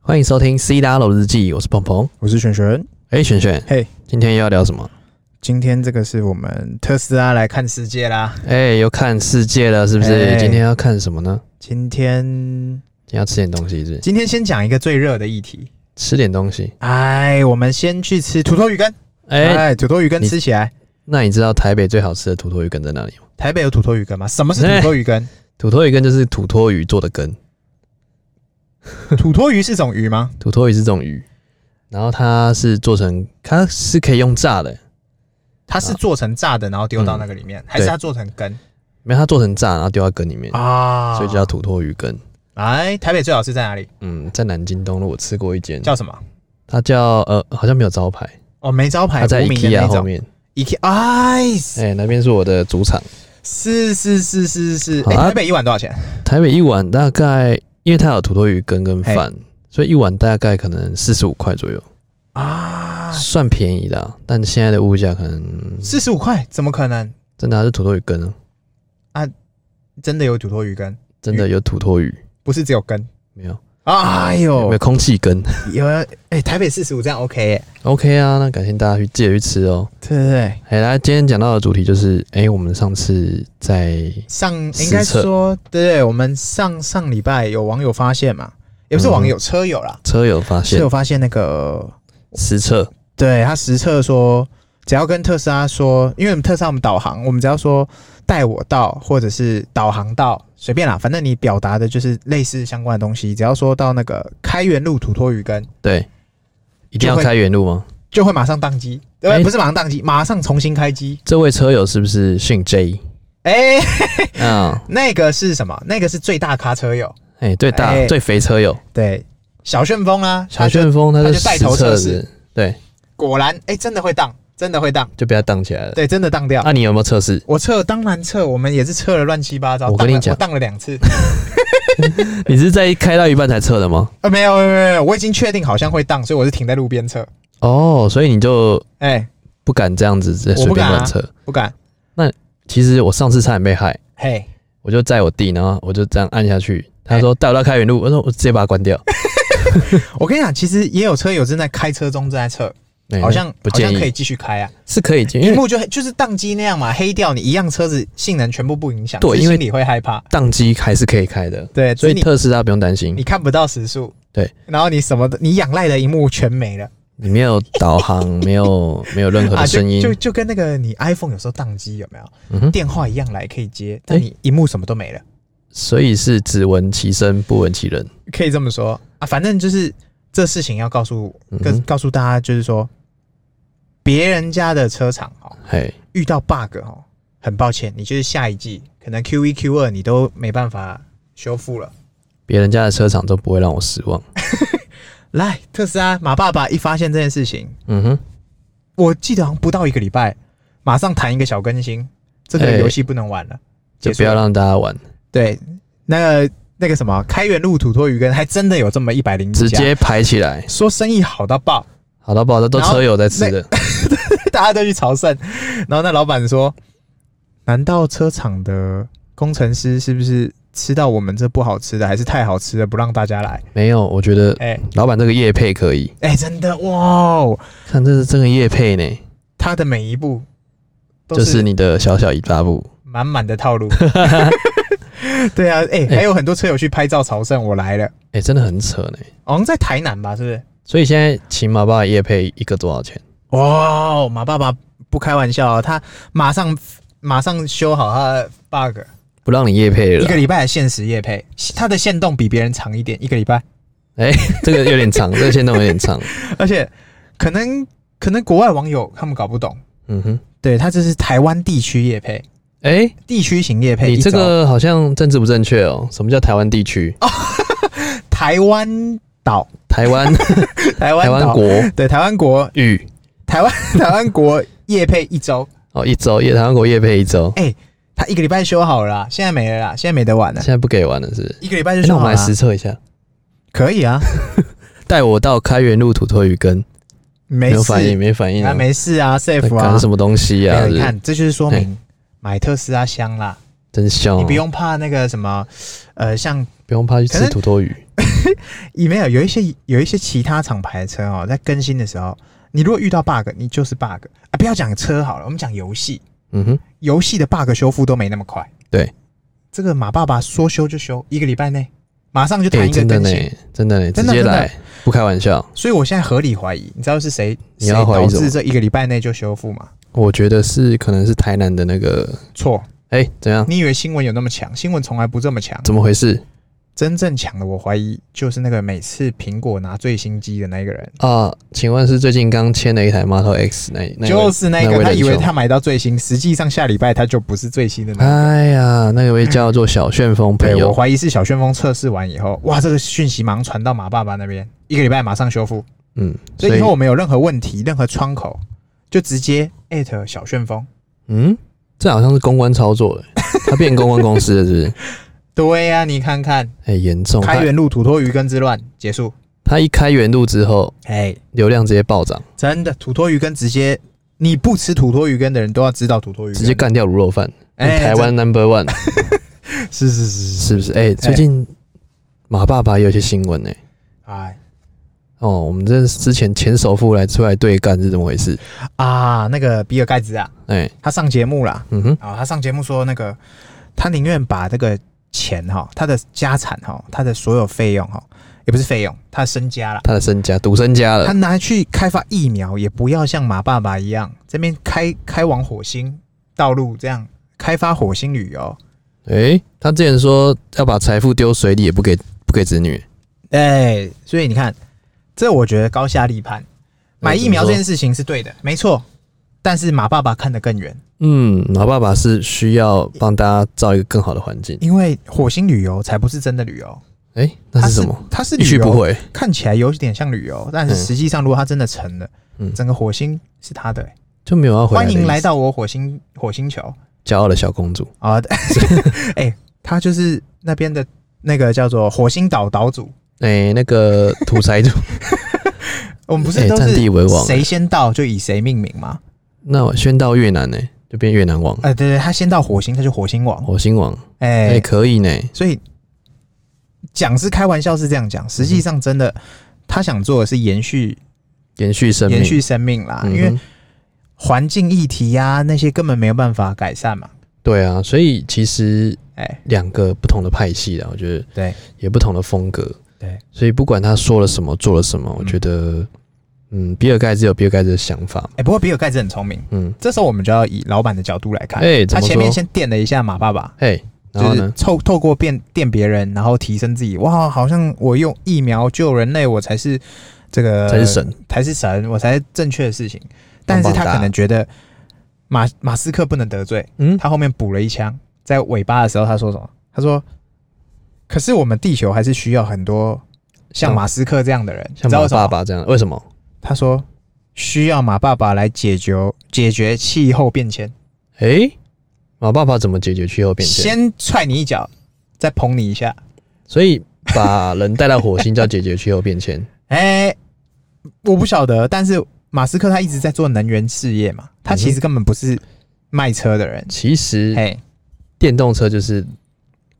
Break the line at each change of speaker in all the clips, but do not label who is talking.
欢迎收听《C 大佬日记》，我是鹏鹏。
我是璇璇。
哎，璇璇，
嘿，
今天又要聊什么？
今天这个是我们特斯拉来看世界啦。
哎，又看世界了，是不是？
哎
今天要看什么呢？
今天
今天要吃点东西，是不是？
今天先讲一个最热的议题。
吃点东西。
哎，我们先去吃土托鱼羹。
哎，
哎，土托鱼羹
你
吃起来，
那你知道台北最好吃的土托鱼羹在哪里吗？
台北有土托鱼羹吗？什么是土托鱼羹？
土托鱼羹就是土托鱼做的羹，哎
土托鱼是种 鱼吗？
土托鱼是这种鱼，然后它是做成，它是可以用炸的，
它是做成炸的，然后丢到那个里
啊
面，还是它做成羹
没有它做成炸，然后丢到羹里面，
啊
所以叫土托鱼羹。
哎，台北最好吃在哪里？
嗯，在南京东路我吃过一间，
叫什么？
它叫呃，好像没有招牌，
哦，没招牌，
它在
无名的
IKEA
那
后
种。
面。
IKEA，哎，
哎、那边是我的主场。
是是是是是。
好
哎，
啊
台北一碗多少钱？
台北一碗大概，因为它有土豆鱼羹跟饭，所以一碗大概可能四十五块左右，
啊，
算便宜的啊、但现在的物价可能
四十五块，怎么可能？
真的还是土豆鱼羹啊，
真的有土托鱼羹，
真的有土托鱼，
不是只有羹。
没有
哎
有没
呦
有，空气羹
有哎、台北四十五这样 OK 耶、
？OK 啊，那感谢大家去记得去吃哦。
对对对，
哎，来，今天讲到的主题就是，哎、我们上次在
上
实测
应该说对对，我们上上礼拜有网友发现嘛，也不是网友、车友啦，
车友发
车
现
友发现那个，
实测，
对他实测说，只要跟特斯拉说，因为我们特斯拉我们导航，我们只要说带我到或者是导航到，随便啦，反正你表达的就是类似相关的东西，只要说到那个开源路土托鱼羹，
对，一定要
就会
开原路吗？
就会马上宕机，对、
哎
不是马上宕机，马上重新开机，
这位车友是不是姓 J？
哎、
啊，
那个是什么？那个是最大咖车友，
哎、最大、
哎
最肥车友
对，小旋风啊，
小
他就
旋风，他
他
是
就带
实
头
测
测试
的，对，
果然，哎、真的会荡，真的会荡，
就被他荡起来了。
对，啊真的荡掉。？
那、你有没有测试
我测，当然测，我们也是测了乱七八糟。
我跟
荡了
你讲
我荡了两次。
你是在开到一半才测的吗？
呃，没有，没有，没有，我已经确定好像会荡，所以我是停在路边测。
哦，所以你就
哎、
不敢这样子随
我不
便
敢啊
乱测。
不敢。
其实我上次差点被害，
嘿，
我就载我弟，然后我就这样按下去，他说带我到开远路，我说我直接把它关 掉，
我跟你讲，其实也有车友正在开车中正在测，
哎
好像
不
好像
建
可以
议，
继续开啊。
是可以建议，
屏
因为
幕就就是宕机那样嘛，黑掉你一样车子性能全部不影响，
对
只是
因为
心里会害怕。
宕机还是可以开的，
对，
所以
只是你
特斯拉不用担心
你，看不到时速，
对，
然后你什么的，你仰赖的一幕全没了
你没有导 航，没有没有任何
啊！
的
就
声音
就，就跟那个你 iPhone 有时候宕机有没有？
嗯哼，
电话一样来可以接，但
诶
你一幕什么都没了，
所以是只闻其声不闻其人，
可以这么说啊。反正就是这事情要告诉
嗯
跟
哼
告诉大家，就是说别人家的车厂哦，
嘿，
遇到 bug 哦，很抱歉，你就是下一季可能 Q 一 Q 二你都没办法修复了。
别人家的车厂都不会让我失望，
来，特斯拉马爸爸一发现这件事情，
嗯哼，
我记得好像不到一个礼拜，马上弹一个小更新，这
哎
个游戏不能玩了，
就
结
不
束
要
了。
让大家玩，
对，那个那个什么开源路土托鱼羹，还真的有这么一百零
直
几家，
接排起来，
说生意好到爆，
好到爆，这都
然后
车友在吃
那
的。
大家都去朝圣。然后那老板说：“难道车厂的工程师是不是吃到我们这不好吃的，还是太好吃了不让大家来
没有，我觉得？”
哎、
老板这个业配可以，
哎、真的哇哦，
看这是这个业配呢，
他的每一步都
就是
是
你的小小尾巴步。
满满的 套路。对啊，哎、
哎
还有很多车友去拍照朝圣，我来了。
哎、真的很扯呢。
好像在台南吧，是不是？
所以现在骑马爸的业配一个多少钱？
哇、哦，马爸爸不开玩笑、啊，他马上马上修好他的 bug，
不让你业配
一
了
个
啦，
礼拜的限时夜配，他的限动比别人长一点，一个礼拜，
这个有点 长，这个线动有点长。
而且可能可能国外网友他们搞不懂，
嗯哼，
对他这是台湾地区夜配，
哎、
地区型夜配，
你
一
这
周
个好像政治不正确哦。什么叫台湾地区？
台湾岛，
台湾
台 湾
台
岛
湾国
对台湾国
语
台湾台湾国夜配一周，
哦，一周业台湾国业配一周，
他一个礼拜修好了啦，现在没了啦，现在没得玩了
现，在不给玩了是哎不是？
一个礼拜就
哎
修
那我
好
们
了
来
啦，
实测一下，
可以啊，
带我到开元路土托鱼羹，没
没
有
事。
反应，没反应
啊，
啊，
没事啊
在
，safe 啊
干，什么东西
没
啊？是
有
不
你
是
看，这就是说明买特斯拉香啦，
真香、哦！
你不用怕那个什么，呃，像
不用怕去吃土豆鱼，
email 有一些有一些其他厂牌的车哦，在更新的时候，你如果遇到 bug，你就是 bug 啊！不要讲车好了，我们讲游戏，
嗯哼，
游戏的 bug 修复都没那么快。
对，
这个马爸爸说修就修，一个礼拜内马上就
哎、
弹一个
真的
更
呢
新。，
真的呢，直
真的
接
真的
来，不开玩笑，
所以我现在合理怀疑，你知道是谁
你
谁
要怀疑
导
什么
致这一个礼拜内就修复吗？
我觉得是可能是台南的那个，
错，
哎、怎样？
你以为新闻有那么强？新闻从来不这么强。
怎么回事
真正强的，我怀疑就是那个每次苹果拿最新机的那个人，
啊？请问是最近刚签了一台 Model X 那那位
就是那
那位
个他以为
仁兄
他买到最新，实际上下礼拜他就不是最新的那个。
哎呀，那位叫做小旋风朋
对，我
友，
怀疑是小旋风测试完以后，哇，这个讯息马上传到马爸爸那边，一个礼拜马上修复。
嗯，
所以以后我们有任何问题、任何窗口，就直接艾特小旋风。
嗯，这好像是公关操作、欸，他变公关公司了，是 不是？
对呀、你看看，
哎、严重，他
开源路土托鱼羹之乱结束。
他一开源路之后，
哎，
流量直接暴涨，
真的土托鱼羹直接，你不吃土托鱼羹的人都要知道土托鱼羹，
直接干掉卤肉饭，
哎
台湾 number one
真是是是是，
是 不是？哎、最近马爸爸也有一些新闻哎、
哎
哦，我们这之前前首富来出来对干是怎么回事？
啊，那个比尔盖茨啊，
哎、
他上节目啦，
嗯哼，
啊，他上节目说那个，他宁愿把这个钱哈，他的家产哈，他的所有费用哈，也不是费用，他的身家啦，
他的身家赌身家
他
了，
拿去开发疫苗，也不要像马爸爸一样这边开开往火星道路这样开发火星旅游。
哎、他之前说要把财富丢水里，也不给不给子女，
哎、所以你看，这我觉得高下立判。买疫苗这件事情是对的，没错，但是马爸爸看得更远，
嗯，马爸爸是需要帮大家造一个更好的环境，
因为火星旅游才不是真的旅游，
哎、那
它
是什么？？
它啊是
一
旅
去
游，
不回，
看起来有点像旅游，但是
嗯
实际上如果它真的成了，
嗯啊
整个火星是他的、欸
就没有要回来
欢
的意思。
迎来到我火星火星球
骄傲的小公主。
啊！ 哎、他就是那边的那个叫做火星岛岛主。
哎、那个土财主，
我们不是
哎
都
占
是
地为王
谁先到就以谁命名吗？
那我宣到越南呢、就变越南王，
呃，对对，他先到火星，他就火星王。
火星王，哎、
哎、
可以呢、
所以讲是开玩笑是这样
嗯
讲，实际上真的他想做的是延续
延续生命，
延续生命啦，
嗯哼
因为环境议题呀、那些根本没有办法改善嘛。
对啊，所以其实
哎、
两个不同的派系啊，我觉得
对
也不同的风格，
对，
所以不管他说了什么，做了什么，我觉得，嗯，比尔盖茨有比尔盖茨的想法，
哎、不过比尔盖茨很聪明，
嗯，
这时候我们就要以老板的角度来看。
哎
他
怎么
前面
说
先垫了一下马爸爸，
哎、然后
就
呢
是，透透过变垫别人，然后提升自己。哇，好像我用疫苗救人类，我才是这个
才是神，
才是神，我才是正确的事情。但是
棒棒
他
哒
可能觉得马马斯克不能得罪，
嗯，
他后面补了一枪，在尾巴的时候他说什么？他说：“可是我们地球还是需要很多像
像
马斯克这样的人，你
像
知道
马
为什么
爸
吗？
爸这样，为什么？
他说需要马爸爸来解决解决气候变迁，
哎、马爸爸怎么解决气候变迁？
先踹你一脚，再捧你一下。
所以把人带到火星叫解决气候变 迁，
哎、我不晓得，但是马斯克他一直在做能源事业嘛，他其实根本不是卖车的人。
其实
哎、
电动车就是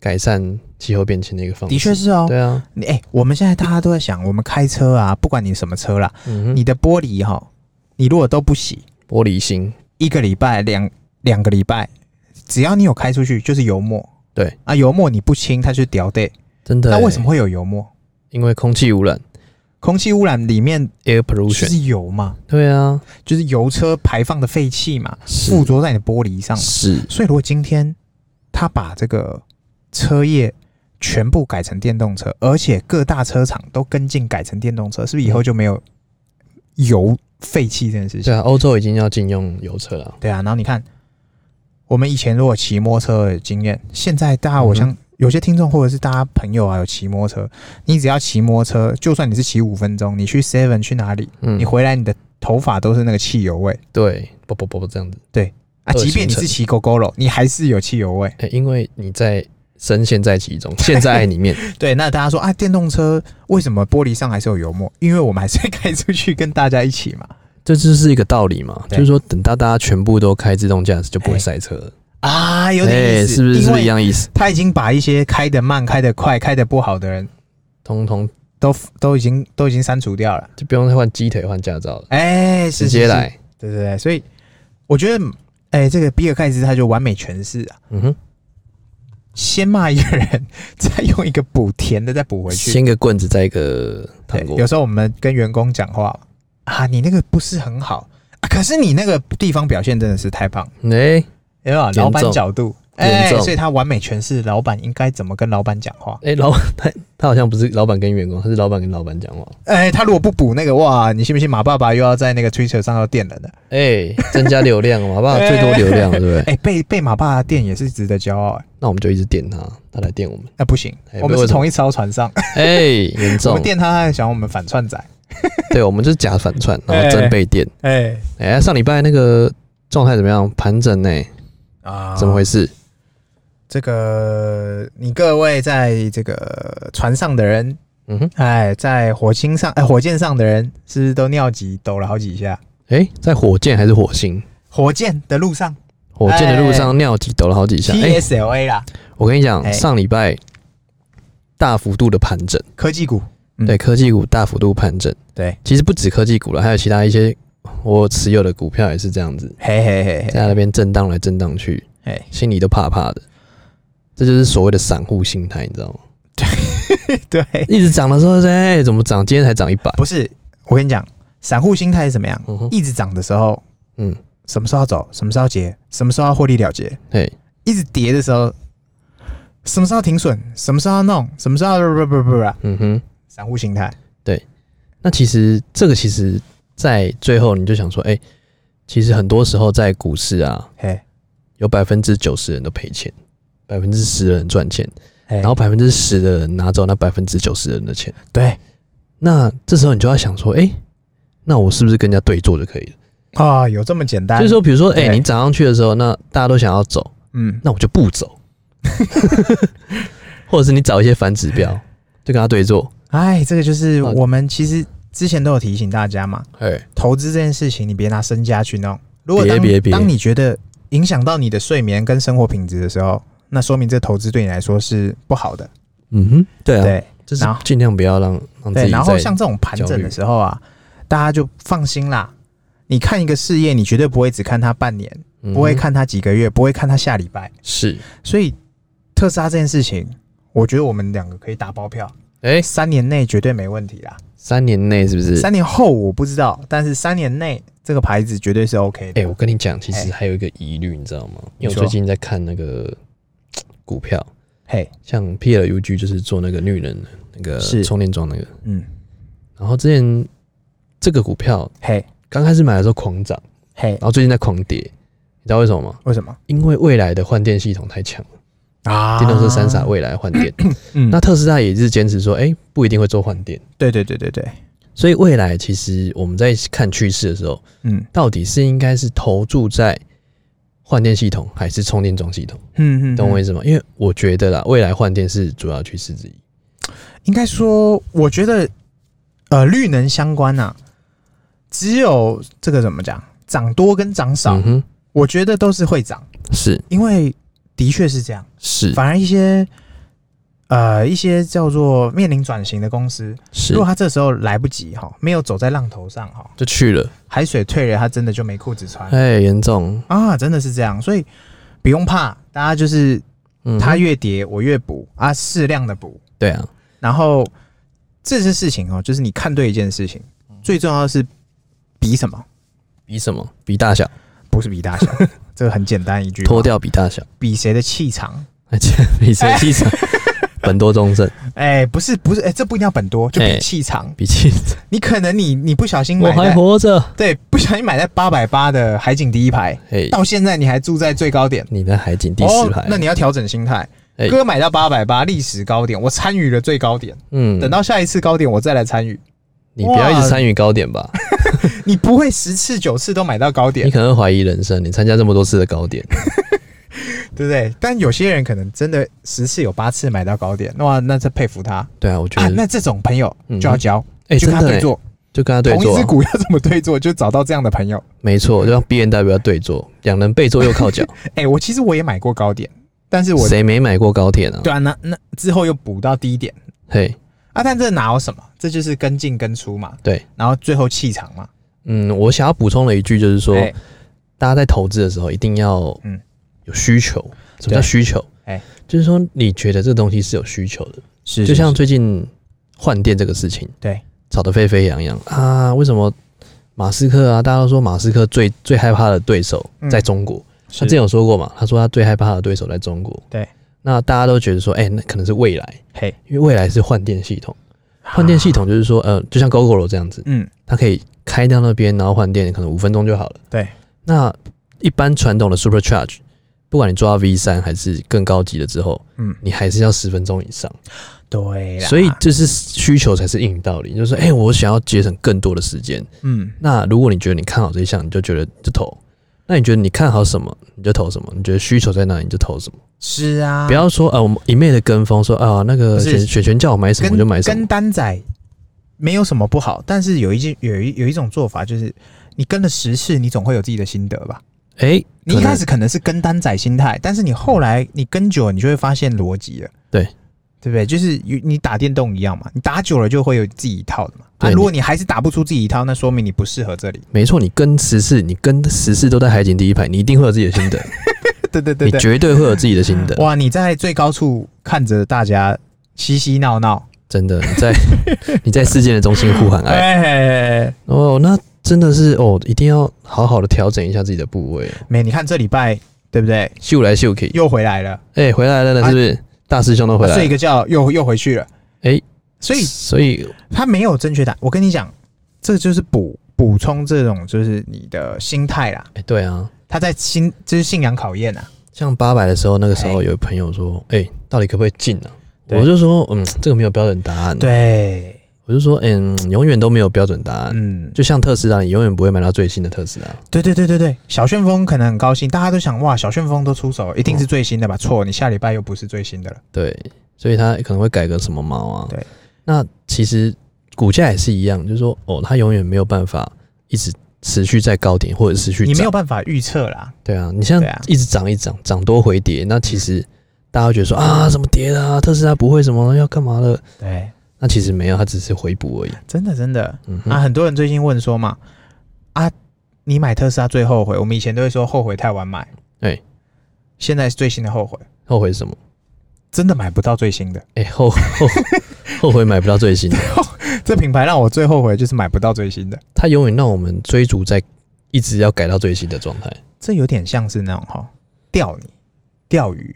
改善气候变迁的一个方式。
的确是哦。
对啊，
你哎、我们现在大家都在想，我们开车啊，不管你什么车啦，
嗯哼，
你的玻璃哈，你如果都不洗，
玻璃心，
一个礼拜、两两个礼拜，只要你有开出去，就是油墨。
对
啊，油墨你不清，它就是屌对。
真的欸、
那为什么会有油墨？
因为空气污染
空气污染里面
（air
就
pollution）。
是油嘛，
对啊，
就是油车排放的废气嘛，
是
附着在你的玻璃上嘛。
是，
所以如果今天他把这个车业全部改成电动车，而且各大车厂都跟进改成电动车，是不是以后就没有油废气这件事情？
对啊，欧洲已经要禁用油车了。
对啊，然后你看，我们以前如果骑摩托车的经验，现在大家
嗯哼
我想、有些听众或者是大家朋友啊有骑摩托车，你只要骑摩托车，就算你是骑五分钟，你去 Seven 去哪里，
嗯
你，回来你的头发都是那个汽油味
对，不不不不这样子，
啊，
恶
即
心
便你
成
是骑 GoGoRo，你还是有汽油味。
哎、因为你在深陷在其中， 陷在爱里 面。
对，那大家说啊，电动车为什么玻璃上还是有油墨？因为我们还是会开出去跟大家一起嘛。
这就是一个道理嘛，就
对
是说，等到大家全部都开自动驾驶，就不会塞车了。
啊，有点
哎，
意思，
是不是是
因
不是一
为
样意思？
他已经把一些开得慢、开得快、开得不好的人
通通
都都已经都已经删除掉了。
就不用再换鸡腿换驾照了，
哎、是
直接，
是
来。
是对对对，所以我觉得，哎、这个比尔盖茨他就完美诠释啊，
嗯哼，
先骂一个人， 再用一个补甜的再补回去。
先一个棍子，再一个
对
糖，果
有。时候我们跟员工讲话啊，你那个不是很好、啊，可是你那个地方表现真的是太棒，
哎
有没有？
重
老板角度，哎、
严重
所以他完美诠释老板应该怎么跟老板讲话。
哎，老板 他他好像不是老板跟员工，他是老板跟老板讲话。
哎、他如果不补那个，哇，你信不信马爸爸又要在那个 Twitter 上要电人了？
哎，增加流量嘛，好 不好？
哎
最多流量，对不对？
哎、被被马爸爸电也是值得骄傲、哎
那我们就一直电他，他来电我们。
那不行，
哎
我们
为
是
什么
同一艘船上，
哎，严
我
重
们，电他，他想我们反串仔。
对我们就是假反串，然后
哎
真被电。
哎、
哎、上礼拜那个状态怎么样？盘整呢、
啊
怎么回事？
这个你各位在这个船上的人，
嗯哼，
哎，在火星上，哎，火箭上的人是不是都尿急，抖了好几下？
哎、在火箭还是火星？
火箭的路上
火箭的路上尿急抖了好几下。哎、
，TSLA 啦，
我跟你讲，
哎
上礼拜大幅度的盘整，
科技股，嗯
对科技股大幅度盘整。
对，
其实不止科技股了，还有其他一些我持有的股票也是这样子，
嘿嘿嘿嘿，
在那边震荡来震荡去，
哎，
心里都怕怕的。这就是所谓的散户心态，你知道吗？
对，
一直涨的时候，哎、怎么涨？今天才涨一百。
不是，我跟你讲，散户心态是怎么样？
嗯哼，
一直涨的时候，
嗯，
什么时候要走，什么时候要结，什么时候要获利了结；
哎、
一直跌的时候，什么时候要停损，什么时候要弄，什么时候要不不不不，
嗯哼。
散户心态，
那其实这个其实，在最后你就想说，哎、其实很多时候在股市啊，
嘿，
有百分之九十人都赔钱，百分之十的人赚钱，
然
然后百分之十的人拿走那百分之九十人的钱。
对
那这时候你就要想说，哎、那我是不是跟人家对坐就可以了？
啊、有这么简单？
就是，说，比如说，哎、
对
你涨上去的时候，那大家都想要走，
嗯，
那我就不走， 或者是你找一些反指标，就跟他对坐。
哎，这个就是
哦
我们其实之前都有提醒大家嘛，
哎、
投资这件事情，你别拿身家去弄。如果
别
当
别别
当你觉得影响到你的睡眠跟生活品质的时候，那说明这投资对你来说是不好的。
嗯哼，对啊，
对
就是
然后
尽量不要让让自
对，
己
然后
在
像这种盘
焦
整
虑
的时候啊，大家就放心啦。你看一个事业，你绝对不会只看它半年，
嗯哼
不会看它几个月，不会看它下礼拜。
是，
所以特斯拉这件事情，我觉得我们两个可以打包票，
哎、
三年内绝对没问题啦。
三年内是不是？
三年后我不知道，但是三年内这个牌子绝对是 OK 的。
哎、我跟你讲，其
哎
实还有一个疑虑，你知道吗？
你
因为我
说
最近在看那个股票，
嘿，
像 PLUG 就是做那个绿能的那个
是
充电桩那个，
嗯，
然后之前这个股票
嘿，
刚开始买的时候狂涨，
嘿
然，后最近在狂跌，你知道为什么吗？
为什么
因为未来的换电系统太强了，
啊
电动车闪，闪未来换 电。
嗯，
那特斯拉也是坚持说，哎、不一定会做换电，
对对对对对，
所以未来其实我们在看趋势的时候，
嗯
到底是应该是投注在换电系统还是充电桩系统？
嗯嗯，
懂我
嗯
意思吗？因为我觉得啦，未来换电是主要趋势之一。
应该说，我觉得呃，绿能相关呐、啊，只有这个怎么讲，涨多跟涨少，
嗯哼，
我觉得都是会涨，
是
因为的确是这样。
是
反而一些呃一些叫做面临转型的公司，
是
如果，他这时候来不及哈，没有走在浪头上哈，
就去了。
海水退了，他真的就没裤子穿
哎，严重，
啊，真的是这样，所以不用怕，大家就是
嗯哼，
它越跌我越补啊，适量的补。
对啊，
然后这些事情哦，就是你看对一件事情，
嗯
最重要的是比什么，
比什么？比大小，
不是比 大小，这个很简单一句话，
脱掉比大小，
比谁的气场。
而且比谁气场， 本多忠胜，
哎、不是不是，哎、这不一定要本多，就比
哎
气场。
比气场。
你可能你你不小 心
我
买
还
在
活着。
对，不小心买在八百八的海景第一排，
哎，
到现在你还住在最高点。
你的海景第十排
哦，，那你要调整心态。
哎
哥买到八百八历史高点，我参与了最高点，
嗯
等到下一次高点我再来参与。
你不要一
哇
直参与高点吧，
你不会十次九次都买到 高点
你，可能会怀疑人生。你参加这么多次的高 点，
对不对？但有些人可能真的十次有八次买到高点，哇，那这佩服他
对啊，我觉
啊！
得，
那这种朋友
嗯
就要交，
哎，
就
真
跟他
的
对
哎，
坐，
就跟他对
欸同一
坐
只
啊，
股要怎么对坐，就找到这样的朋友。
没错，就让 B N W 要对坐，两人背坐右 靠脚。
哎、我其实我也买过高点，但是我
谁没买过高铁呢？
对啊，那那之后又补到低点
嘿，
啊，但这哪有什么？这就是跟进跟出嘛。
对，
然后最后弃场嘛。
嗯，我想要补充的一句就是说，
哎
大家在投资的时候一定要
嗯
有需求。什么叫
对
需求？
哎
就是说你觉得这个东西是有需求的，
是
就像最近换电这个事情，
对，
吵得沸沸扬扬啊，为什么马斯克啊，大家都说马斯克最最害怕的对手
嗯
在中国，他
是
之前有说过嘛，他说他最害怕的对手在中国，
对，
那大家都觉得说，哎、那可能是未来，
嘿，
因为未来是换电系统，换电系统就是说，呃，就像 GoGo 这样子，
嗯，
它可以开到那边，然后换电，可能五分钟就好了。
对，
那一般传统的 Supercharge，不管你抓到 V 三还是更高级的之后，
嗯，
你还是要十分钟以上。
对啦。
所以这是需求才是硬道理，就是说，哎、我想要节省更多的时间。
嗯，
那如果你觉得你看好这一项，你就觉得就投；那你觉得你看好什么，你就投什么；你觉得需求在哪里，你就投什么。
是啊，
不要说啊，我们一昧的跟风说啊，那个
不是
选选权叫我买什么我
跟
就买什
跟
么。
单仔没有什么不好，但是有一件有一有一种做法就是，你跟了十次，你总会有自己的心得吧。
哎、
你
可能
一开始可能是跟单仔心态，但是你后来你跟久了，你就会发现逻辑了。
对，
对不对？就是有你打电动一样嘛，你打久了就会有自己一套的嘛。啊，
对
如果你还是打不出自己一套，那说明你不适合这里。
没错，你跟十四，你跟十四都在海景第一排，你一定会有自己的心得，
对对对
你
对，
绝 对会有自己的心 得。
哇！你在最高处看着大家嬉嬉闹闹，
真的，你在 你在事件的中心呼喊 爱
哎，
哦，那真的是哦，一定要好好的调整一下自己的部位哦，
没，你看这礼拜对不对？
秀来秀去，
又回来了。
哎、回来了呢，是不是？大师兄都回来
睡啊一
了，
个觉又又回去了。
哎
所以
所以
他没有正确答案。我跟你讲，这就是补补充这种就是你的心态啦。
哎、对啊，
他在心就是信仰考验啊。
像八百的时候，那个时候
哎
有朋友说，哎、到底可不可以进啊？
对
我就说，嗯，这个没有标准答案。，啊
对，
我就说，嗯，永远都没有标准答案。
嗯，
就像特斯拉，你永远不会买到最新的特斯拉。
对对对对对。小旋风可能很高兴，大家都想哇，小旋风都出手，一定是最新的吧？错，你下礼拜又不是最新的了。
对，所以它可能会改个什么毛啊？
对，
那其实股价也是一样，就是说，哦，它永远没有办法一直持续在高点或者持续
你没有
涨。
办法预测啦。
对啊，嗯你像
对啊
一直涨一直涨，涨多回跌，那其实大家会觉得说啊，什么跌啦、特斯拉不会什么要干嘛了？
对，
那其实没有，它只是回补而已。
真的真的
嗯哼，
啊，很多人最近问说嘛，啊，你买特斯拉最后悔？我们以前都会说后悔太晚买，
对，
现在是最新的后悔。
后悔什么？
真的买不到最新的。
哎、后后 后悔买不到最新的，
这品牌让我最后悔就是买不到最新的，
它永远让我们追逐在一直要改到最新的状态。
这有点像是那种哈钓你钓鱼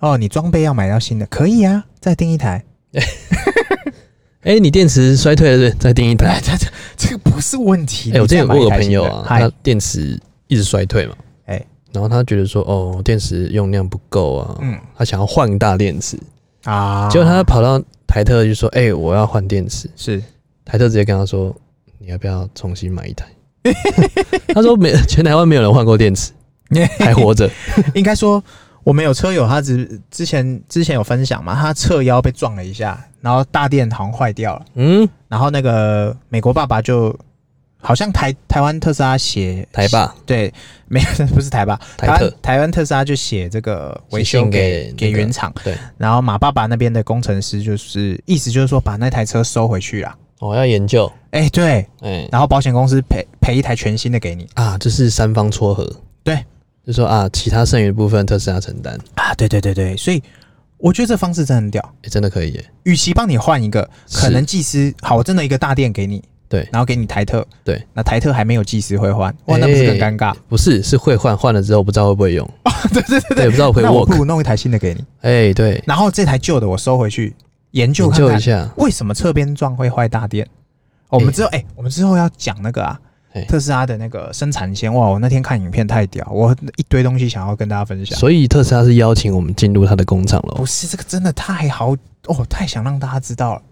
哦，你装备要买到新的，可以啊，再订一 台。
哎、你电池衰退了是不是，再订一台
哎，。这这这个不是问题。
哎、我之前有
我
过个朋友啊，
嗨嗯
他，电池一直衰退嘛，
哎
然后他觉得说，哦，电池用量不够啊，
嗯
他想要换大电池，
啊，
结果他跑到台特就说，哎、我要换电池，
是
台特直接跟他说，你要不要重新买一台？ 他说没，全台湾没有人换过 电池，还活着，
应该说。我们有车友，他只之前之前有分享嘛，他侧腰被撞了一下，然后大电好像坏掉了，
嗯，
然后那个美国爸爸就好像台台湾特斯拉写
台 霸
对，没有不是台吧？台
台特
湾台湾特斯拉就写这个维
写
修
信
给
给
给
那个
原厂，
对，
然后马爸爸那边的工程师就是意思就是说把那台车收回去啦。
我哦要研究，
哎、对，
哎、
然后保险公司赔赔一台全新的给你
啊，这是三方撮合，
对，
就说啊，其他剩余的部分特斯拉承担，
啊！对对对对，所以我觉得这方式真的很屌。
哎、真的可以耶，
与其帮你换一个，可
是
能技师好，我真的一个大店给你，
对
然后给你台特，
对，
那台特还没有技师会换，哇，那不是更尴尬？
不是，是会换，换了之后不知道会不会用，
对 对对
对，
对，
不知道会不
那
会
我不
work，
如弄一台新的给你，
哎、对，
然后这台旧的我收回去研究
研
看
究
看
一，下，
为什么侧边撞会坏大电？哦我们
哎
之后哎、我们之后要讲那个啊
哎，
特斯拉的那个生产线。哇，我那天看影片太屌，我一堆东西想要跟大家分享。
所以特斯拉是邀请我们进入他的工厂
不
了。
是这个真的太好哦，太想让大家知道了。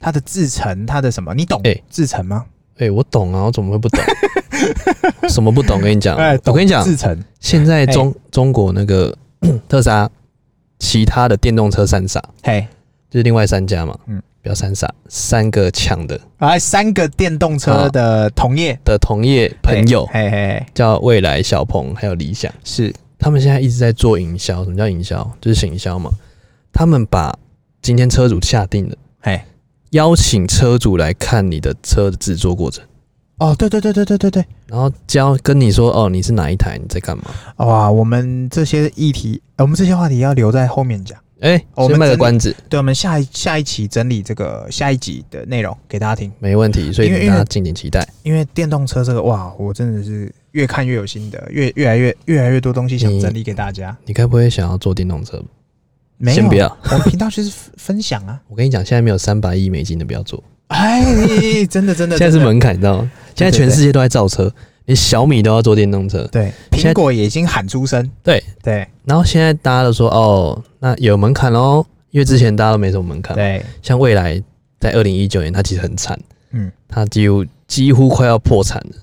它的制成，它的什么？你懂
哎
制成吗？
哎、我懂啊，我怎么会 不懂？什么不懂？跟你讲，哎我
哎懂
跟你讲，
制成
现在中、
哎
中国那个 特斯拉，其他的电动车三傻
嘿，
就是另外三家嘛，
嗯
不要三傻，三个抢的
啊，三个电动车的同业
的同业啊朋友，
嘿嘿嘿，
叫未来、小鹏还有理想，
是
他们现在一直在做营销。什么叫营销？就是行销嘛。他们把今天车主下定的，
嘿，
邀请车主来看你的车的制作过程，
哦，对对对对对对对，
然后教跟你说哦，你是哪一台，你在干嘛？
哇，我们这些议题，呃我们这些话题要留在后面讲。
哎、
哦我
先
们
卖
真
个
的
关子，
对，我们下一下一期整理这个下一集的内容给大家听，
没问题，所以
因为
大家敬请期待。
因为电动车这个哇，我真的是越看越有心得，越越来越越来越多东西想
你
整理给大家。
你该不会想要做电动车吧？
没
嗯
有，啊
先不要，
我们频道就是分分享 啊。
我跟你讲，现在没有三百亿美金的不要做，
哎，真的真的，
现在是
真的
门槛，你知道吗？现在全世界都在造车，连小米都要做电动车。
对
现在
苹果也已经喊出声，
对
对
然后现在大家都说哦，那有门槛喽，因为之前大家都没什么门槛。，
对，
像未来在二零一九年，它其实很惨，
嗯，
它几乎几乎快要破产了，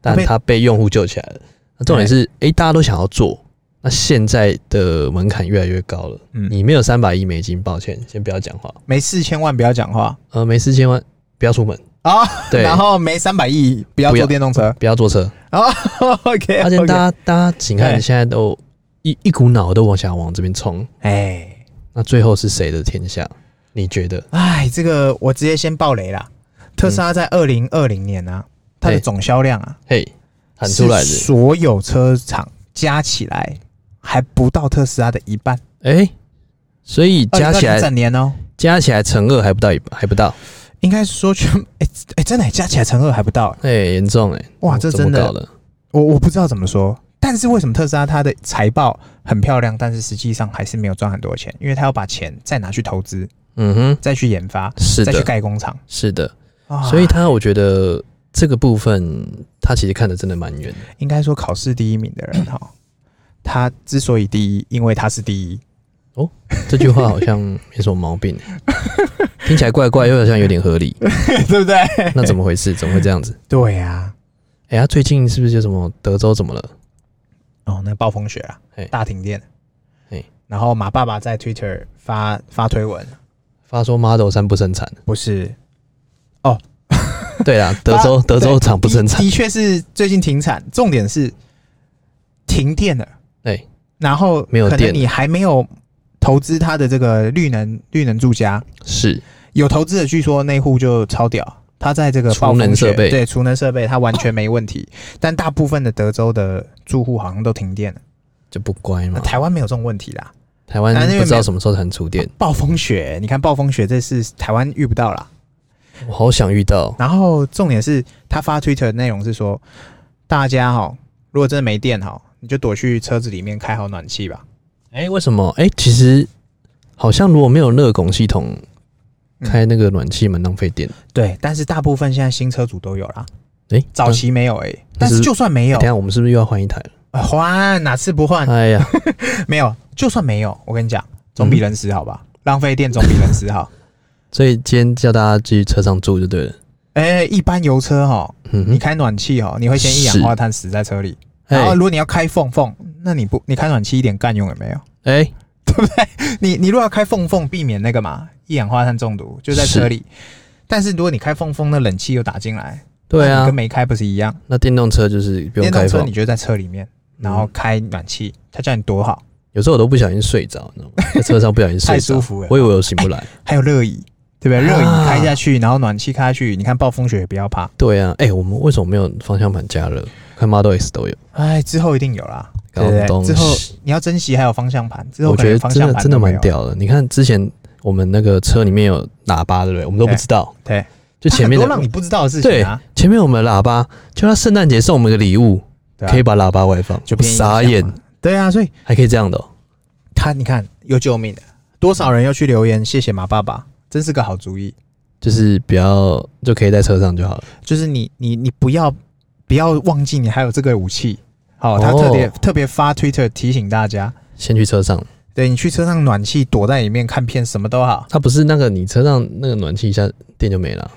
但
它被
它被用户救起来了。那重点是，诶，大家都想要做，那现在的门槛越来越高了。
嗯
你没有三百亿美金，抱歉，先不要讲话。
没事千万不要讲话
呃，没事，千万不要出门，
啊。
对
然后没三百亿不要
不要
坐电 动车。
不要坐车。
OK，
而且
OK
大家大家请看，
对
现在都一一股脑都往想往这边冲，
哎
那最后是谁的天下？你觉得？
哎，这个我直接先爆雷啦。特斯拉在二零二零年啊，它的
对
总销量啊，
嘿，喊出来的
是，所有车厂加起来还不到特斯拉的一半，
哎、所以加起
2020
来
整年哦，
加起来乘二还不到一还不到，
应该是说全哎哎真的加起来乘二还不到，
哎、严重哎、
哇
哦
这
怎么
真的
搞的，
我我不知道怎么说，但是为什么特斯拉它的财报很漂亮，但是实际上还是没有赚很多钱？因为它要把钱再拿去投资，
嗯哼，
再去研发，
是
再去
的，
盖工厂。
是的，
啊
所以他我觉得这个部分他其实看的真的蛮远的，
啊 应该说考试第一名的人哈，他之所以第一，因为他是第一。
这句话好像没什么毛病、欸 听起来怪怪又好像有点合理，
对不对？
那怎么回事？怎么会这样子？
对啊呀、
哎、他最近是不是有什么德州怎么了？
哦，那暴风雪啊
嘿，
大停电
嘿。
然后马爸爸在 Twitter 发发推文，
发说 Model 三不生产，
不是
对 啦，德州德州厂不生产
的，的确是最近停产。重点是停电了，
对，
然后
没有
可能
电
你还没有投资它的这个绿能绿能住家，
是
有投资的据说那户就超屌，他在这个
储能
暴风雪
设备
对储能设备它完全没问题，但大部分的德州的住户好像都停电了，
就不乖
那
嘛。
台湾没有这种问题啦。
台湾
啊那个
不知
没
道
有
什么时候才能出电，
暴风雪，你看暴风雪这次台湾遇不到啦。
我好想遇到。
然后重点是他发 Twitter 的内容是说，大家哈，如果真的没电哈，你就躲去车子里面开好暖气吧。
哎、为什么？哎、其实好像如果没有热拱系统，
嗯
开那个暖气蛮浪费电。
对，但是大部分现在新车主都有啦，
哎、
早
那
期没有哎、但
但是
是就算没有
等一，下我们是不是又要换一台了？
呃换哪次不 换？
哎呀，
没有，就算没有，我跟你讲，总比人死好 吧？浪费电总比人死好。
所以今天叫大家继续车上住就对了。
哎、一般油车哈，
嗯
你
哼，
开暖气哈，你会先一氧化碳死在车里。然
哎
后如果你要开缝缝，那你不你开暖气一点干用也没有。
哎、
你你如果要开缝缝，避免那个嘛一氧化碳中毒，就在车里。但是如果你开缝缝，那冷气又打进来，
对
那你
啊
跟，没开不是一样？
那电动车就是不用
电
开
动车
放
你。就在车里面，然后
嗯
开暖气，它叫你多好，
有时候我都不小心睡着，你知道吗？在车上不小心
太
睡着
舒，服了。
我以为我醒不来。
还有热椅，对不对？热椅
啊
开下去，然后暖气开下去，你看暴风雪也不要怕。
对啊，哎、我们为什么没有方向盘加热？看 Model S 都有。
哎，之后一定有啦，
搞
对不
东西
对？之后你要珍惜还有方向盘，之后
我
可
觉
能
得
方
真
向
的
盘
真的
都没
蛮
有。啊
屌的。你看之前我们那个车里面有喇叭，对不对？我们都不
对
知道，
对，
就前面
它
的
很多让你不知道的事情
对
啊，
前面我们的喇叭，就他圣诞节送我们个礼物，
对啊
可以把喇叭外放，
就
我
变印象嘛
傻眼，。
对啊，所以
还可以这样的哦、
他你看有救命的，多少人要去留言，谢谢马爸爸，真是个好主意。
就是不要就可以在车上就好了。
就是你你你不要不要忘记你还有这个武器。好、他
哦
特别、特别发 Twitter 提醒大家，
先去车上，
对你去车上暖气躲在里面看片什么都好，
它不是那个你车上那个暖气一下电就没了，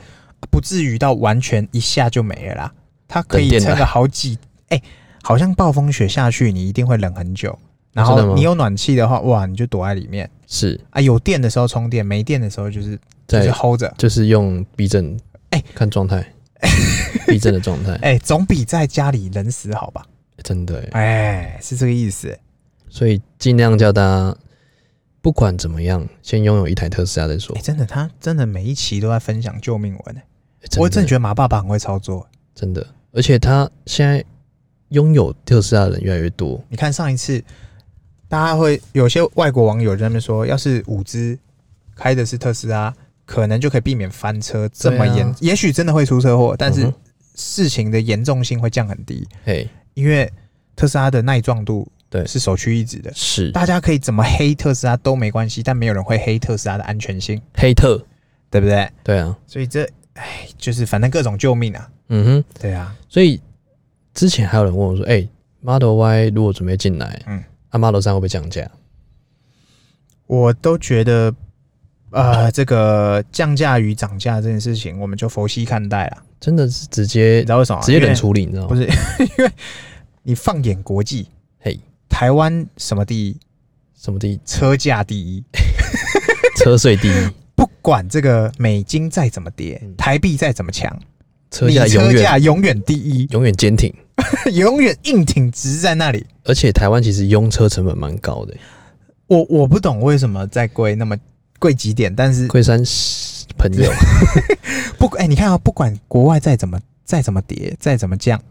不至于到完全一下就没了啦。它可
等
以
电
撑
来
个好几，哎、好像暴风雪下去，你一定会冷很久。然
真的
后
吗
你有暖气的话，哇，你就躲在里面
是
啊。有电的时候充电，没电的时候就是就
在
是 hold 着。
就是用避震，
哎
看状 态，避震的状态，
哎、总比在家里冷死好吧？
真的欸，
哎、是这个意思。
所以尽量叫大家不管怎么样，先拥有一台特斯拉再说
哎、。真的，他真的每一期都在分享救命文、哎
真
我真的
的
觉得马爸爸很会操作。
真的，而且他现在拥有特斯拉的人越来越多，
你看上一次，大家会有些外国网友在那边说，要是五只开的是特斯拉，可能就可以避免翻车这么严，
对啊
也许真的会出车祸，但
嗯
是
哼
事情的严重性会降很低，
嘿，
因为特斯拉的耐撞度
对
是首屈一指的。
是
大家可以怎么黑特斯拉都没关系，但没有人会黑特斯拉的安全性，
黑特，
对不对？
对啊，
所以这，哎，就是反正各种救命啊，
嗯哼。
对啊，
所以之前还有人问我说：“哎、m o d e l Y 如果准备进来，
嗯
嗯，啊 Model 三会不会降价
我都觉得，呃，这个降价与涨价这件事情，我们就佛系看待啦。？”
真的是直
你
接
知道为什么吗？
直接冷
忍，
处理，你知道
不
吗？
是你放眼国际，
嘿，
台湾什么第一？
什么第一
车价第一。
车税第一，
不管这个美金再怎么跌
嗯，
台币再怎么强，
车
你
价永
车
远
价永远第一，
永远坚挺，
永远硬挺直在那里。
而且台湾其实拥车成本蛮高的、
我我不懂为什么在贵那么贵几点，但是
龟山朋 友
不哎、你看啊，不管国外再怎么再怎么跌，再怎么降，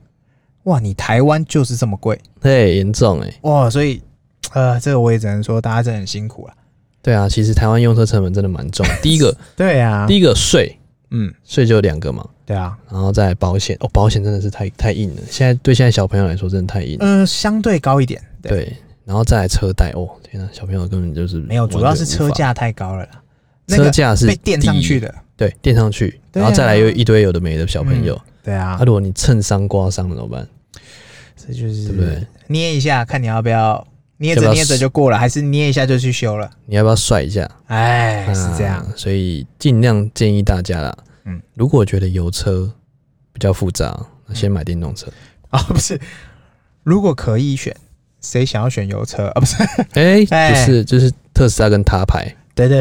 哇，你台湾就是这么贵
嘿严重哎、
哇，所以呃，这个我也只能说大家真的很辛苦了。
对啊，其实台湾用车成本真的蛮 重。第一个，
对啊，
第一个税，
嗯，
税就有两个嘛，
对啊，
然后再来保险哦，保险真的是太太硬了，现在对现在小朋友来说真的太硬了。
嗯、相对高一点，对，
对，然后再来车贷哦，天啊，小朋友根本就是
没有，主要
完全
是
无
车
法
价太高了啦，那
车
个
价是
被垫上
第一
去，的，
对，垫上去，
对啊
然后再来又一堆有的没的小朋友。
对
啊
啊，，
如果你蹭伤刮伤了怎么
嗯
办？
这就
对不
是
对？
捏一下，看你要不要捏
要
着
不要
捏着就过了，还是捏一下就去修了。
你要不要帅一下？
哎，是这样
啊，所以尽量建议大家啦，
嗯
嗯，如果觉得油车比较复杂，那
嗯
先买电动车。
啊、不是，如果可以选，谁想要选油车啊？不是，
哎，
哎
不是，就是特斯拉跟他牌，
对对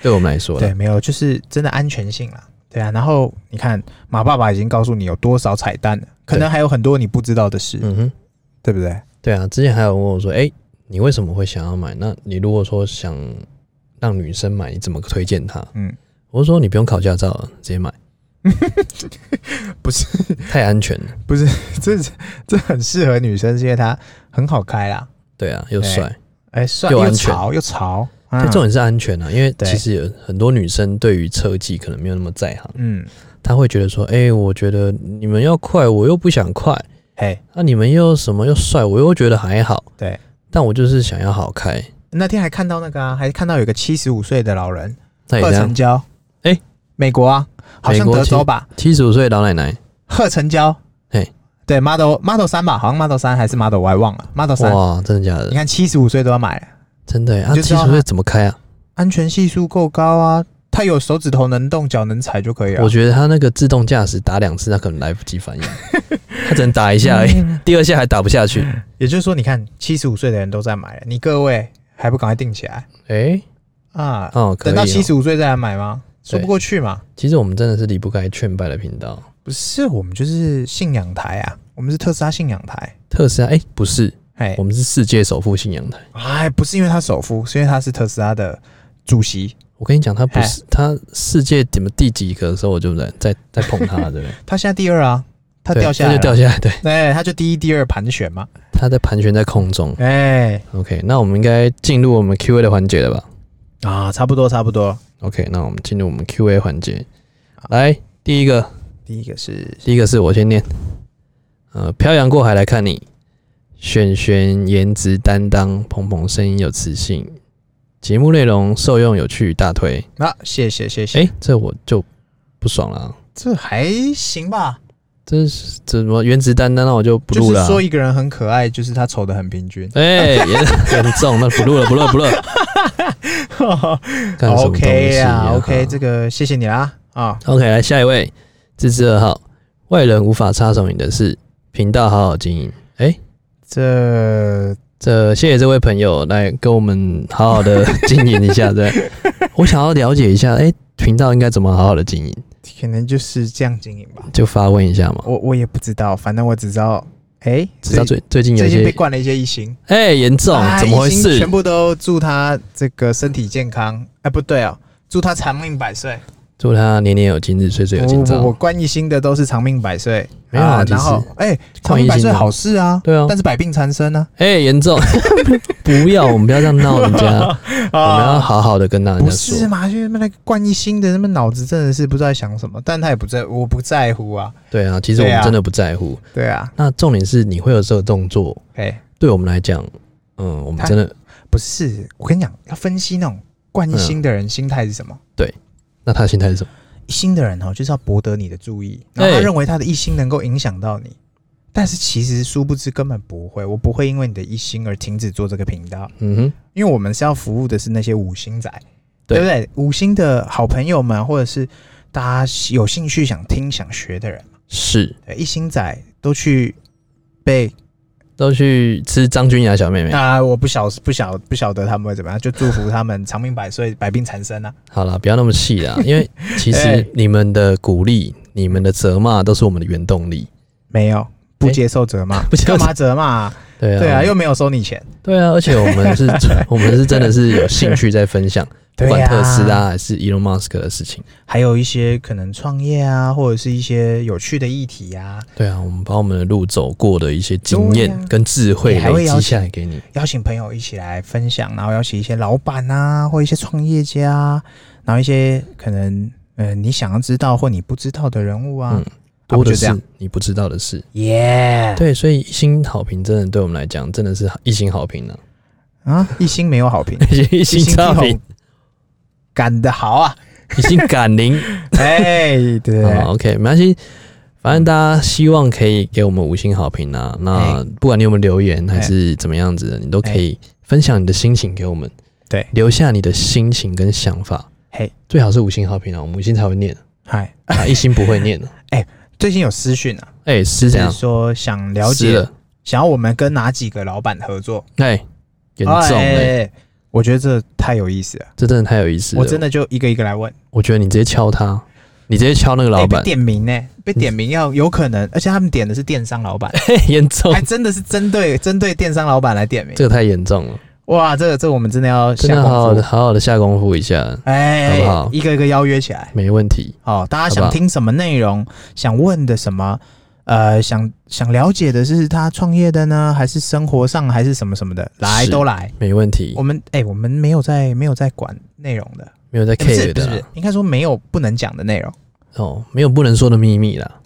对我们来说啦，
对，没有，就是真的安全性啦。对啊，然后你看，马爸爸已经告诉你有多少彩蛋了，可能还有很多你不知道的事，
嗯哼，
对不对？
对啊，之前还有人问我说，哎，你为什么会想要买？那你如果说想让女生买，你怎么推荐她？
嗯，
我就说你不用考驾照了，直接买，
不是，
太安全了。
不是，这这很适合女生，是因为它很好开啦。
对啊，又
对
帅。
哎，帅
又
又
安全
潮又潮，
但
嗯
重点是安全啊，因为
对
其实有很多女生对于车技可能没有那么在行，
嗯，
她会觉得说，哎、我觉得你们要快，我又不想快，
哎，
啊，你们又什么又帅，我又觉得还好，
对。
但我就是想要好开，
那天还看到那个啊，还看到有个七十五岁的老人，
那也
贺
这
成
样。
交，
哎，
美国啊，好像
美国
德州
其
吧，
七十五岁的老奶奶，
贺成交，
嘿，
对，Model Model 三吧，好像 Model 三还是 Model 我还忘了，Model 三，
哇，真的假
你
的？
看七十五岁都要买了，
真的、欸、啊，
你就
七
知
十
道
五
她
岁怎么开啊？
安全系数够高啊，它有手指头能动，脚能踩就可以啊。
我觉得她那个自动驾驶打两次，她可能来不及 反应，她只能打一下
嗯
而已，第二下还打不下去。
也就是说，你看七十五岁的人都在买了，你各位还不赶快定起来
哎、
啊？
哦，可以、
等
哦。
到七十五岁再来买吗？说
对
不过去嘛。
其实我们真的是离不开劝败的频道。
不是，我们就是信仰台啊，我们是特斯拉信仰台。
特斯拉，哎、不是，
哎
我，们是世界首富信仰台。
哎，不是因为他首富，是因为他是特斯拉的主席，
我跟你讲，他不
哎
是他世界怎么第几个的时候，我就在在在碰他， 对不对？
他现在第二啊，他
对
掉下来
他
了
就掉下来，对，
对，他就第一、第二盘旋嘛。
他在盘旋在空中。
哎、
OK，那我们应该进入我们 Q&A 的环节了吧
啊，差不多，差不多。
？OK，那我们进入我们 Q&A 环节。来，第一个，
第一个是
第一个是我先念，呃，漂洋过海来看你，选选颜值担当，鹏鹏声音有磁性，节目内容受用有趣，大推。
啊，谢谢，谢谢。
哎、这我就不爽了、啊。
这还行吧，
这是怎么原子担当，那我就不
就
录了、
是
啊。
说一个人很可爱，就是他丑的很平 均。
哎、也很重，那不录了，不录了，不 录了。干什么东西
OK
啊
啊，OK，这个谢谢你啦啊，
OK，来下一位，自知二号，外人无法插手你的事，频道好好经营。哎、
这
这谢谢这位朋友来跟我们好好的经营一 下。对，我想要了解一下，哎、频道应该怎么好好的经营？
可能就是这样经营吧。
就发问一下嘛。
我我也不知道，反正我只知道，哎、
知道
最
最最近有
最
一
近被
些，
灌了一些异形，
哎、严重，
啊
怎么回
疫情
事
全？部都祝他这个身体健康，哎、不对哦，祝他长命百岁。
祝他年年有今日，岁岁有
我
今
我
朝。
我关一星的都是长命百岁，
没有啊
啊
其实
然后哎、长
关一
命
星的
百岁好事啊，
对啊
但是百病缠身啊，
哎、严 重，不要，我们不要这样闹人家，我们要好好的跟大家
啊不是
说。
嘛？就是那个冠一星的，那么脑子真的是不知道在想什么，但他也不在，我不在乎啊，
对啊，其实我
对
们
啊
真的不在乎。
对啊，
那重点是你会有这个动作，
哎、
对我们来讲，嗯，我们真的，
不是，我跟你讲，要分析那种冠一星的人心态是什么。
那他的心态是什么？
一星的人哦，就是要博得你的注意，然后
哎
他认为他的一星能够影响到你，但是其实殊不知根本不会，我不会因为你的一星而停止做这个频道，
嗯哼，
因为我们是要服务的是那些五星仔，
对
对不对？五星的好朋友们，或者是大家有兴趣想听想学的人，
是
对一星仔都去被
都去吃张君雅小妹妹。
啊、我不晓不晓不晓得他们会怎么样，就祝福他们长命百岁，百病缠身啊！
好了，不要那么细 啦，因为其实
哎
你们的鼓励、你们的责骂都是我们的原动力。
没有不
哎
接受责骂，
不接受
干嘛责骂啊、
对啊，
对啊，又没有收你钱。
对啊，而且我们 是，我们是真的是有兴趣在分享，不
对啊
管
呀，
特斯拉还是 Elon Musk 的事情。
还有一些可能创业啊，或者是一些有趣的议题啊，
对啊，我们把我们的路走过的一些经
对
验
啊
跟智慧
你还会
累积
邀
下来给你。
邀请朋友一起来分享，然后邀请一些老板啊，或一些创业家啊，然后一些可能呃你想要知道或你不知道的人物啊，
嗯
啊不
多的
就这
是
样
你不知道的事，
耶
对，所以一星好评真的对我们来讲真的是一星好评呢、，
啊，一星没有好评
一星差
好
评，
干得好 啊，
一星感零，
哎，对对对
好，OK，没关啊系，反正大家希望可以给我们五星好评啊。那
哎
不管你有没有留言还是怎么样子的，你都可以分享你的心情给我们，
对
留下你的心情跟想法。
嘿，
最好是五星好评啊，我们五星才会念，
嗨，
啊，一星不会念的。
最近有私讯啊，
哎，是这
就是
样，
说想了
湿
解，
了，
想要我们跟哪几个老板合作，
哎，严重哎，
我觉得这太有意思了，
这真的太有意思了。
我真，的就一个一个来问。
我觉得你直接敲他，你直接敲那个老
哎
板
被，点名呢、被点名要有 可能，而且他们点的是电商老板，
嘿 严重
还，真的是针对 针对电商老板来点名。
这个太严重了，
哇，这个这个我们真的要
真
下
的好好
功
的
夫，
好好的下功夫一下，
哎，
好不好
一个一个邀约起来。
没问题。
哦，大家
好不好
想听什么内容，想问的什么，呃，想想了解的是他创业的呢，还是生活上，还是什么什么的，来
是
都来。
没问题
我，们哎、我们没有在没有在管内容的，
没有在
哎不
care
是不
的啊
是
啦
不是，应该说没有不能讲的内容。
哦，没有不能说的秘密啦。好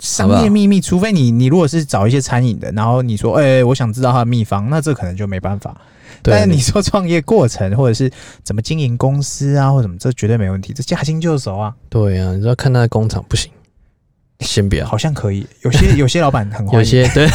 商
不好
业秘密，除非你你如果是找一些餐饮的，然后你说，哎、我想知道它的秘方，那这可能就没办法。
对
但
啊，
是你说创业过程或者是怎么经营公司啊，或什么，这绝对没问题，这驾轻就熟啊，
对啊，你说看他的工厂不行，先不要。
好像可以。有 些有些老板很欢迎，
有些 对，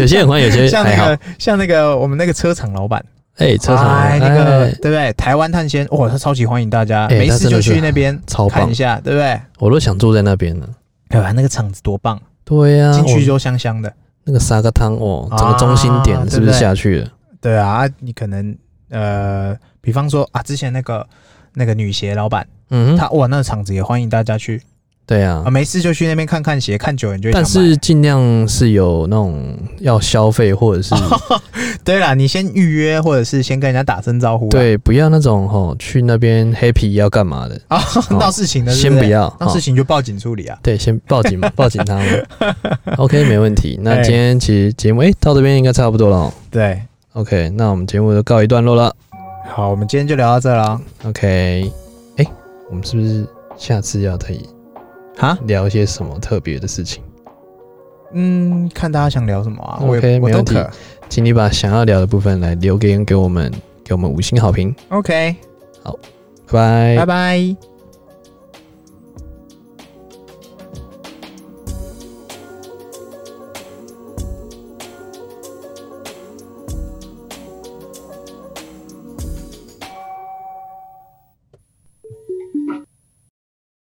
有些很欢迎，有些
像
还
那
好
个。像那个我们那个车厂老板，
哎，车厂
哎那个
哎
对不对？台湾探险，哇，他超级欢迎大家，
哎
没
他
事
真的
就是去那边
超
看
棒
一，下，对不对？
我都想住在那边了。
对吧？那个厂子多棒，
对呀，
进去
啊我
就香香的。
那个沙个汤哦，整个
啊
中心点
对不
是不是
对
下去了？
对啊，啊你可能呃，比方说啊，之前那个那个女鞋老板，
嗯哼，
她哇，那个厂子也欢迎大家去
对啊
啊，。没事就去那边看看鞋，看久了你就会
但
想买
是尽量是有那种要消费或者是
对啊啦，你先预约或者是先跟人家打声招呼啦，
对，不要那种吼去那边 happy 要干嘛的，
啊，闹事情的是
先
是
不，要。
闹
哦
事情就报警处理啊。
对，先报警嘛，报警他们。OK，没问题。那
哎
今天其实节目诶、到这边应该差不多了哦。
对，
OK，那我们节目就告一段落了。
好，我们今天就聊到这了
OK，诶、我们是不是下次要再
啊。
聊一些什么特别的事情？
嗯，看大家想聊什么啊，我
OK，
也我
没
都
问题
可。
请你把想要聊的部分来留言给我们，给我们五星好评。
OK，
拜拜
拜。拜。